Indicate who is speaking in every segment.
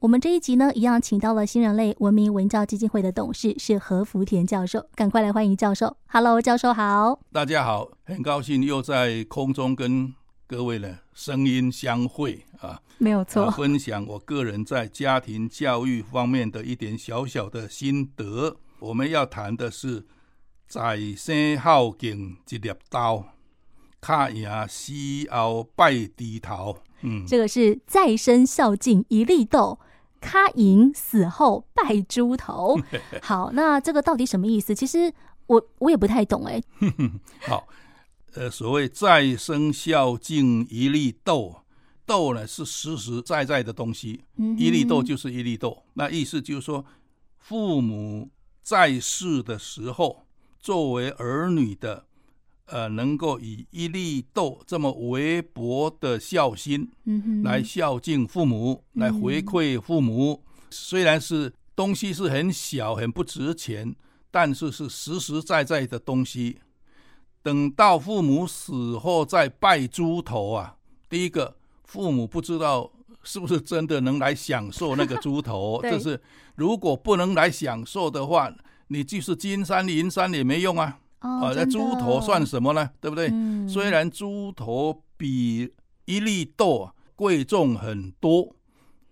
Speaker 1: 我们这一集呢，一样请到了新人类文明文教基金会的董事是何福田教授，赶快来欢迎教授。Hello，教授好。
Speaker 2: 大家好，很高兴又在空中跟各位呢声音相会啊，
Speaker 1: 没有
Speaker 2: 啊分享我个人在家庭教育方面的一点小小的心得。我们要谈的是“在生孝敬一粒刀，卡赢死后拜低头”。嗯，
Speaker 1: 这个是再生孝敬一粒豆，咖赢死后拜猪 头。好，那这个到底什么意思？其实我我也不太懂哎、
Speaker 2: 好，呃，所谓再生孝敬一粒豆，豆呢是实实在在的东西，
Speaker 1: 嗯哼
Speaker 2: 一粒豆就是一粒豆，那意思就是说，父母在世的时候，作为儿女的，呃，能够以一粒豆这么微薄的孝心
Speaker 1: 嗯哼
Speaker 2: 来孝敬父母，来回馈父母，虽然是东西是很小、很不值钱，但是是实实在在的东西。等到父母死后再拜猪头啊，第一个父母不知道是不是真的能来享受那个猪头，
Speaker 1: 对
Speaker 2: 就是如果不能来享受的话，你就是金山银山也没用啊！
Speaker 1: 哦
Speaker 2: 啊，，那猪头算
Speaker 1: 是、
Speaker 2: 什么呢？对不对？
Speaker 1: 嗯
Speaker 2: 虽然猪头比一粒豆啊贵重很多，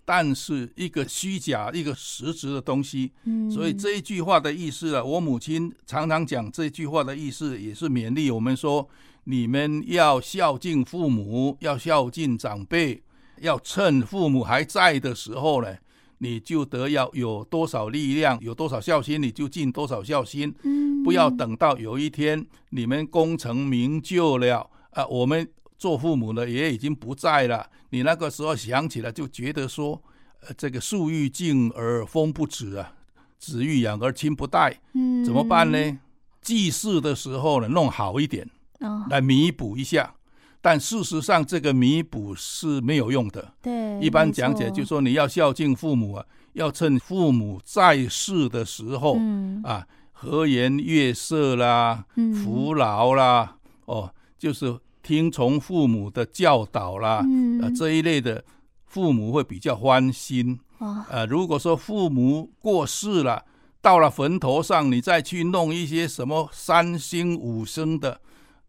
Speaker 2: 但是一个虚假，一个实质的东西。
Speaker 1: 嗯
Speaker 2: 所以这一句话的意思啊，我母亲常常讲这句话的意思，也是勉励我们说：你们要孝敬父母，要孝敬长辈，要趁父母还在的时候呢，你就得要有多少力量，有多少孝心，你就尽多少孝心。
Speaker 1: 嗯
Speaker 2: 不要等到有一天你们功成名就了啊，我们做父母的也已经不在了，你那个时候想起来就觉得说，呃，这个树欲静而风不止啊，子欲养而亲不待，
Speaker 1: 嗯
Speaker 2: 怎么办？呢？记事的时候呢，弄好一点
Speaker 1: 哦，
Speaker 2: 来弥补一下，但事实上这个弥补是没有用的。
Speaker 1: 对，
Speaker 2: 一般讲解就是说你要孝敬父母啊，要趁父母在世的时候，
Speaker 1: 嗯
Speaker 2: 啊，和颜悦色啦，
Speaker 1: 嗯
Speaker 2: 扶老啦，哦，就是听从父母的教导啦，
Speaker 1: 嗯
Speaker 2: 呃，这一类的，父母会比较欢心。
Speaker 1: 哇
Speaker 2: 呃，如果说父母过世了，到了坟头上，你再去弄一些什么三星五星的，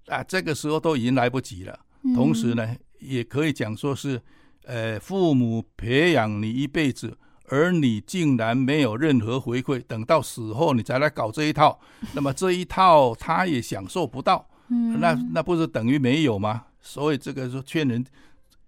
Speaker 2: 啊，这个时候都已经来不及了。
Speaker 1: 嗯
Speaker 2: 同时，呢，也可以讲说是，呃，父母培养你一辈子，而你竟然没有任何回馈，等到死后你才来搞这 一套，那么这一套他也享受不到，
Speaker 1: 嗯嗯
Speaker 2: 那那不是等于没有吗？所以这个说劝人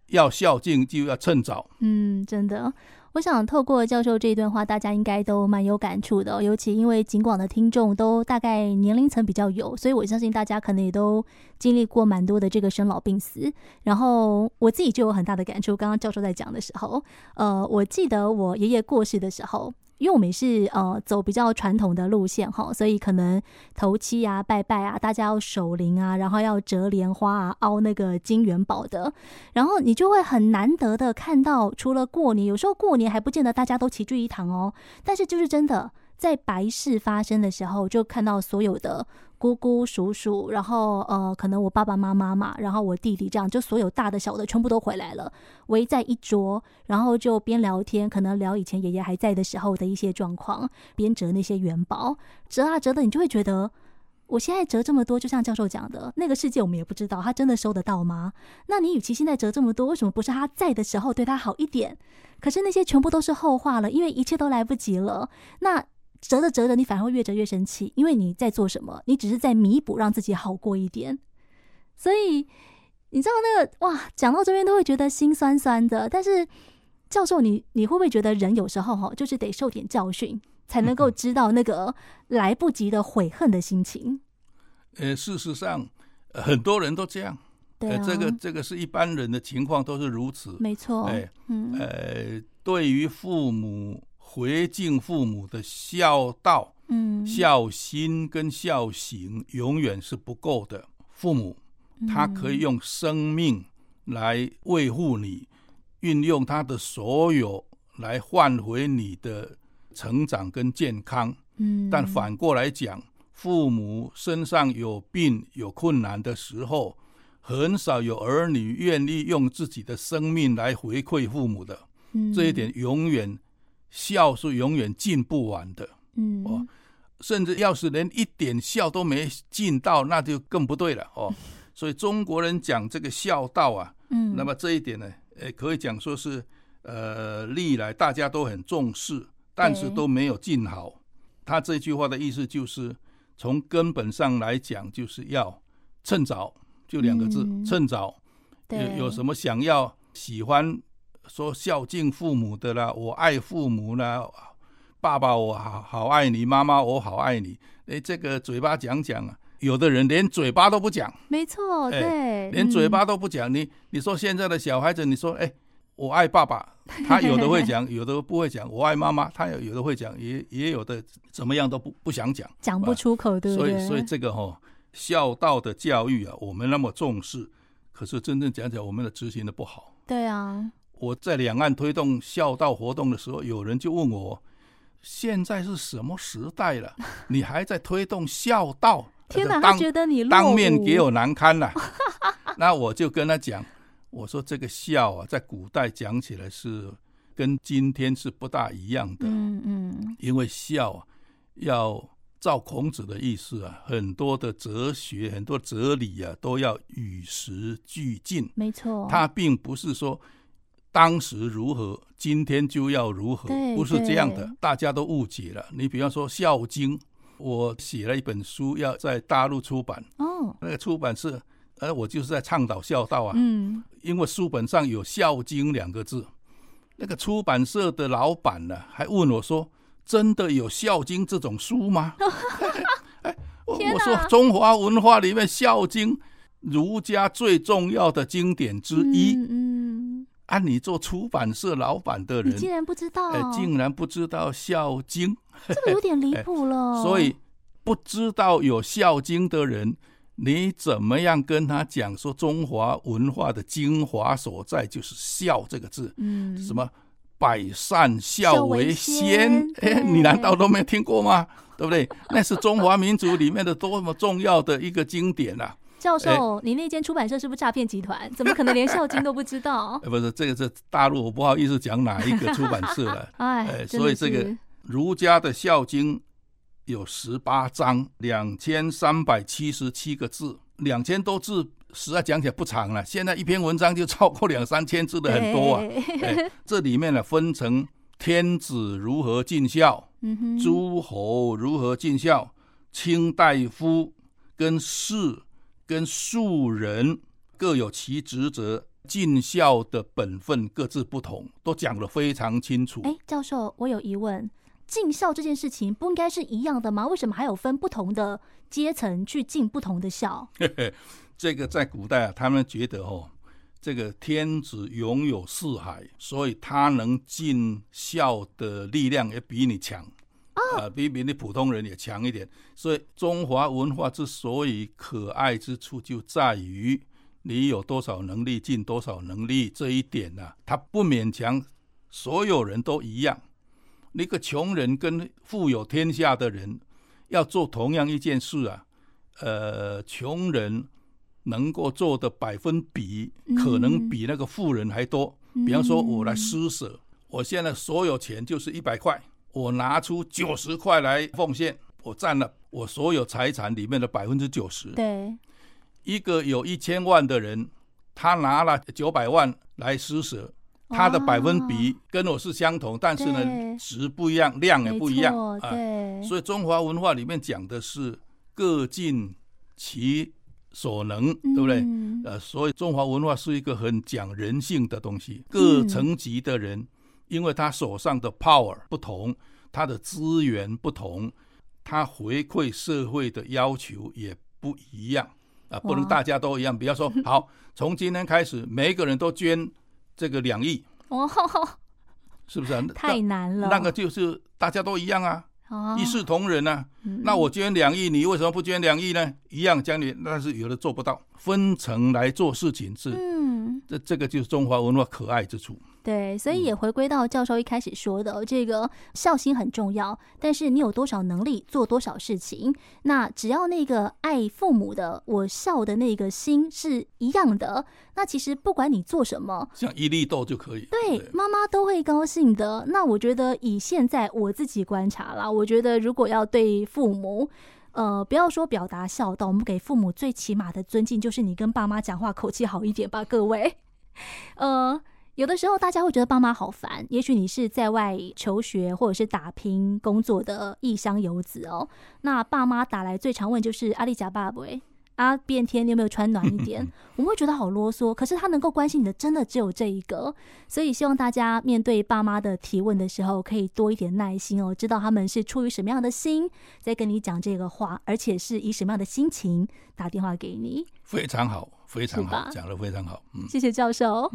Speaker 2: 要孝敬就要趁早。
Speaker 1: 嗯，真的，我想透过教授这一段话，大家应该都蛮有感触的哦、尤其因为景广的听众都大概年龄层比较有，所以我相信大家可能也都经历过蛮多的这个生老病死。然后我自己就有很大的感触，刚刚教授在讲的时候，呃，我记得我爷爷过世的时候。因为我们也是呃走比较传统的路线哈，所以可能头七啊、拜拜啊，大家要守灵啊，然后要折莲花啊、凹那个金元宝的。然后你就会很难得的看到，除了过年，有时候过年还不见得大家都齐聚一堂哦。但是就是真的，在白事发生的时候，就看到所有的姑姑、叔叔，然后呃，可能我爸爸妈妈嘛，然后我弟弟这样，就所有大的小的全部都回来了，围在一桌，然后就边聊天，可能聊以前爷爷还在的时候的一些状况，边折那些元宝，折啊折的，你就会觉得。我现在折这么多，就像教授讲的，那个世界我们也不知道，他真的收得到吗？那你与其现在折这么多，为什么不是他在的时候对他好一点？可是那些全部都是后话了，因为一切都来不及了。那折着折着，你反而会越折越生气，因为你在做什么？你只是在弥补，让自己好过一点。所以你知道那个哇，讲到这边都会觉得心酸酸的。但是教授你，你会不会觉得人有时候哈，就是得受点教训，才能
Speaker 2: 嗯
Speaker 1: 够知道那个来不及的悔恨的心情？
Speaker 2: 呃，事实上，呃很多人都这样，
Speaker 1: 对啊，
Speaker 2: 呃，这个这个是一般人的情况都是如此。
Speaker 1: 没错，
Speaker 2: 哎
Speaker 1: 嗯
Speaker 2: 呃，对于父母回敬父母的孝道。
Speaker 1: 嗯，
Speaker 2: 孝心跟孝行永远是不够的。父母
Speaker 1: 嗯
Speaker 2: 他可以用生命来维护你，运用他的所有来换回你的成长跟健康。
Speaker 1: 嗯，
Speaker 2: 但反过来讲，父母身上有病有困难的时候，很少有儿女愿意用自己的生命来回馈父母的。
Speaker 1: 嗯
Speaker 2: 这一点永远孝是永远尽不完的。
Speaker 1: 嗯，
Speaker 2: 哦甚至要是连一点孝都没尽到，那就更不对了 哦。所以中国人讲这个孝道啊，
Speaker 1: 嗯，
Speaker 2: 那么这一点呢，呃，可以讲说是呃，历来大家都很重视，但是
Speaker 1: 对
Speaker 2: 都没有尽好。他这句话的意思就是，从根本上来讲，就是要趁早，就两个字，
Speaker 1: 嗯
Speaker 2: 趁早。
Speaker 1: 对，
Speaker 2: 有有什么想要喜欢说孝敬父母的啦，我爱父母啦，爸爸我好好爱你，妈妈我好爱你。哎，这个嘴巴讲讲啊，有的人连嘴巴都不讲，
Speaker 1: 没错，
Speaker 2: 哎
Speaker 1: 对，
Speaker 2: 连嘴
Speaker 1: 嗯
Speaker 2: 巴都不讲。你你说现在的小孩子，你说哎，我爱爸爸，他有的 会讲，有的不会讲；我爱妈妈，他有有的会讲，也也有的怎么样都不不想讲。
Speaker 1: 讲不
Speaker 2: 吧
Speaker 1: 出口，对不
Speaker 2: 所
Speaker 1: 对？
Speaker 2: 以，所以这个哈、孝道的教育啊，我们那么重视，可是真正讲起来，我们的执行的不好。
Speaker 1: 对啊，
Speaker 2: 我在两岸推动孝道活动的时候，有人就问我：现在是什么时代 了，你还在推动孝道？
Speaker 1: 天哪，
Speaker 2: 呃
Speaker 1: 他
Speaker 2: 当
Speaker 1: 觉得你落
Speaker 2: 当面
Speaker 1: 伍
Speaker 2: 给我难堪了、 那我就跟他讲，我说这个孝啊，在古代讲起来是跟今天是不大一样的，
Speaker 1: 嗯嗯，
Speaker 2: 因为孝啊，要照孔子的意思啊，很多的哲学、很多哲理啊，都要与时俱进。
Speaker 1: 没错，
Speaker 2: 它并不是说当时如何，今天就要如何
Speaker 1: 对，
Speaker 2: 不是这样的
Speaker 1: 对，
Speaker 2: 大家都误解了。你比方说《孝经》，我写了一本书，要在大陆出版，
Speaker 1: 哦，
Speaker 2: 那个出版社，呃，我就是在倡导孝道啊，
Speaker 1: 嗯，
Speaker 2: 因为书本上有《孝经》两个字，那个出版社的老板呢、还问我说：“真的有《孝经》这种书 吗？”哎我
Speaker 1: 天哪
Speaker 2: 我说中华文化里面，《孝经》儒家最重要的经典之一。
Speaker 1: 嗯，嗯
Speaker 2: 按、啊你做出版社老板的
Speaker 1: 你
Speaker 2: 人，
Speaker 1: 竟然不知道，
Speaker 2: 哎，竟然不知道《孝经》，
Speaker 1: 这个有点离谱了，
Speaker 2: 所以不知道有《孝经》的人，你怎么样跟他讲说中华文化的精华所在就是“孝”这个字？
Speaker 1: 嗯，
Speaker 2: 什么百善孝为先
Speaker 1: 孝为先？
Speaker 2: 哎，
Speaker 1: 对
Speaker 2: 你难道都没听过吗？ 对不对？那是中华民族里面的多么重要的一个经典啊！？
Speaker 1: 教授，你那间出版社是不是诈骗集团？怎么可能连孝经都不知道。
Speaker 2: 呃不是，这个是大陆，我不好意思讲哪一个出版社了
Speaker 1: 哎，
Speaker 2: 哎
Speaker 1: 真
Speaker 2: 所以
Speaker 1: 的
Speaker 2: 这个
Speaker 1: 是
Speaker 2: 儒家的《孝经》有十八章，两千三百七十七个字，两千多字，实在讲起来不长了。现在一篇文章就超过两三千字的很多啊。
Speaker 1: 对
Speaker 2: 哎，这里面呢分成天子如何尽孝，
Speaker 1: 嗯哼，
Speaker 2: 诸侯如何尽孝，卿大夫跟士跟庶人各有其职责，尽孝的本分各自不同，都讲得非常清楚。
Speaker 1: 哎，教授，我有疑问，尽孝这件事情不应该是一样的吗？为什么还有分不同的阶层去尽不同的孝？
Speaker 2: 这个在古代啊，他们觉得哦，这个天子拥有四海，所以他能尽孝的力量也比你强。啊，比比你普通人也强一点，所以中华文化之所以可爱之处就在于你有多少能力尽多少能力这一点呢、啊它不勉强所有人都一样。一个穷人跟富有天下的人要做同样一件事啊，呃，穷人能够做的百分比
Speaker 1: 嗯
Speaker 2: 可能比那个富人还多。比方说，我来
Speaker 1: 嗯
Speaker 2: 施舍，我现在所有钱就是一百块，我拿出九十块来奉献，我占了我所有财产里面的百分之九十。
Speaker 1: 对，
Speaker 2: 一个有一千万的人，他拿了九百万来施舍，他的
Speaker 1: 哇
Speaker 2: 百分比跟我是相同，但是
Speaker 1: 哦对
Speaker 2: 呢，值不一样，量也
Speaker 1: 没
Speaker 2: 不一样
Speaker 1: 错
Speaker 2: 啊。
Speaker 1: 对，
Speaker 2: 所以中华文化里面讲的是各尽其所能，对不对？
Speaker 1: 嗯
Speaker 2: 呃，所以中华文化是一个很讲人性的东
Speaker 1: 嗯
Speaker 2: 西。各层级的人，因为他手上的 power 不同，他的资源不同，他回馈社会的要求也不一样啊、不能
Speaker 1: 哇
Speaker 2: 大家都一样。比 方说，好，从今天开始，每一个人都捐这个两亿，
Speaker 1: 哦，
Speaker 2: 是不是、啊？那
Speaker 1: 太难了。
Speaker 2: 那个就是大家都一样啊，
Speaker 1: 哦
Speaker 2: 一视同仁啊。
Speaker 1: 嗯
Speaker 2: 那我捐两亿，你为什么不捐两亿呢？一样将你，但是有的做不到，分层来做事情是。
Speaker 1: 嗯，
Speaker 2: 这这个就是中华文化可爱之处。
Speaker 1: 对，所以
Speaker 2: 嗯
Speaker 1: 也回归到教授一开始说的，这个孝心很重要，但是你有多少能力做多少事情，那只要那个爱父母的、我孝的那个心是一样的，那其实不管你做什么，
Speaker 2: 像一粒豆就可以。
Speaker 1: 对，妈妈都会高兴的。那我觉得以现在我自己观察啦，我觉得如果要对父母，呃，不要说表达孝道，我们给父母最起码的尊敬就是你跟爸妈讲话口气好一点吧，各位。 呃，有的时候大家会觉得爸妈好烦，也许你是在外求学或者是打拼工作的异乡游子哦，那爸妈打来最常问就是阿丽假爸爸喂。啊，变天，你有没有穿暖一点？我们会觉得好啰嗦，可是他能够关心你的，真的只有这一个。所以希望大家面对爸妈的提问的时候，可以多一点耐心哦，知道他们是出于什么样的心在跟你讲这个话，而且是以什么样的心情打电话给你。
Speaker 2: 非常好，非常
Speaker 1: 是吧
Speaker 2: 好，讲的非常好。嗯，
Speaker 1: 谢谢教授。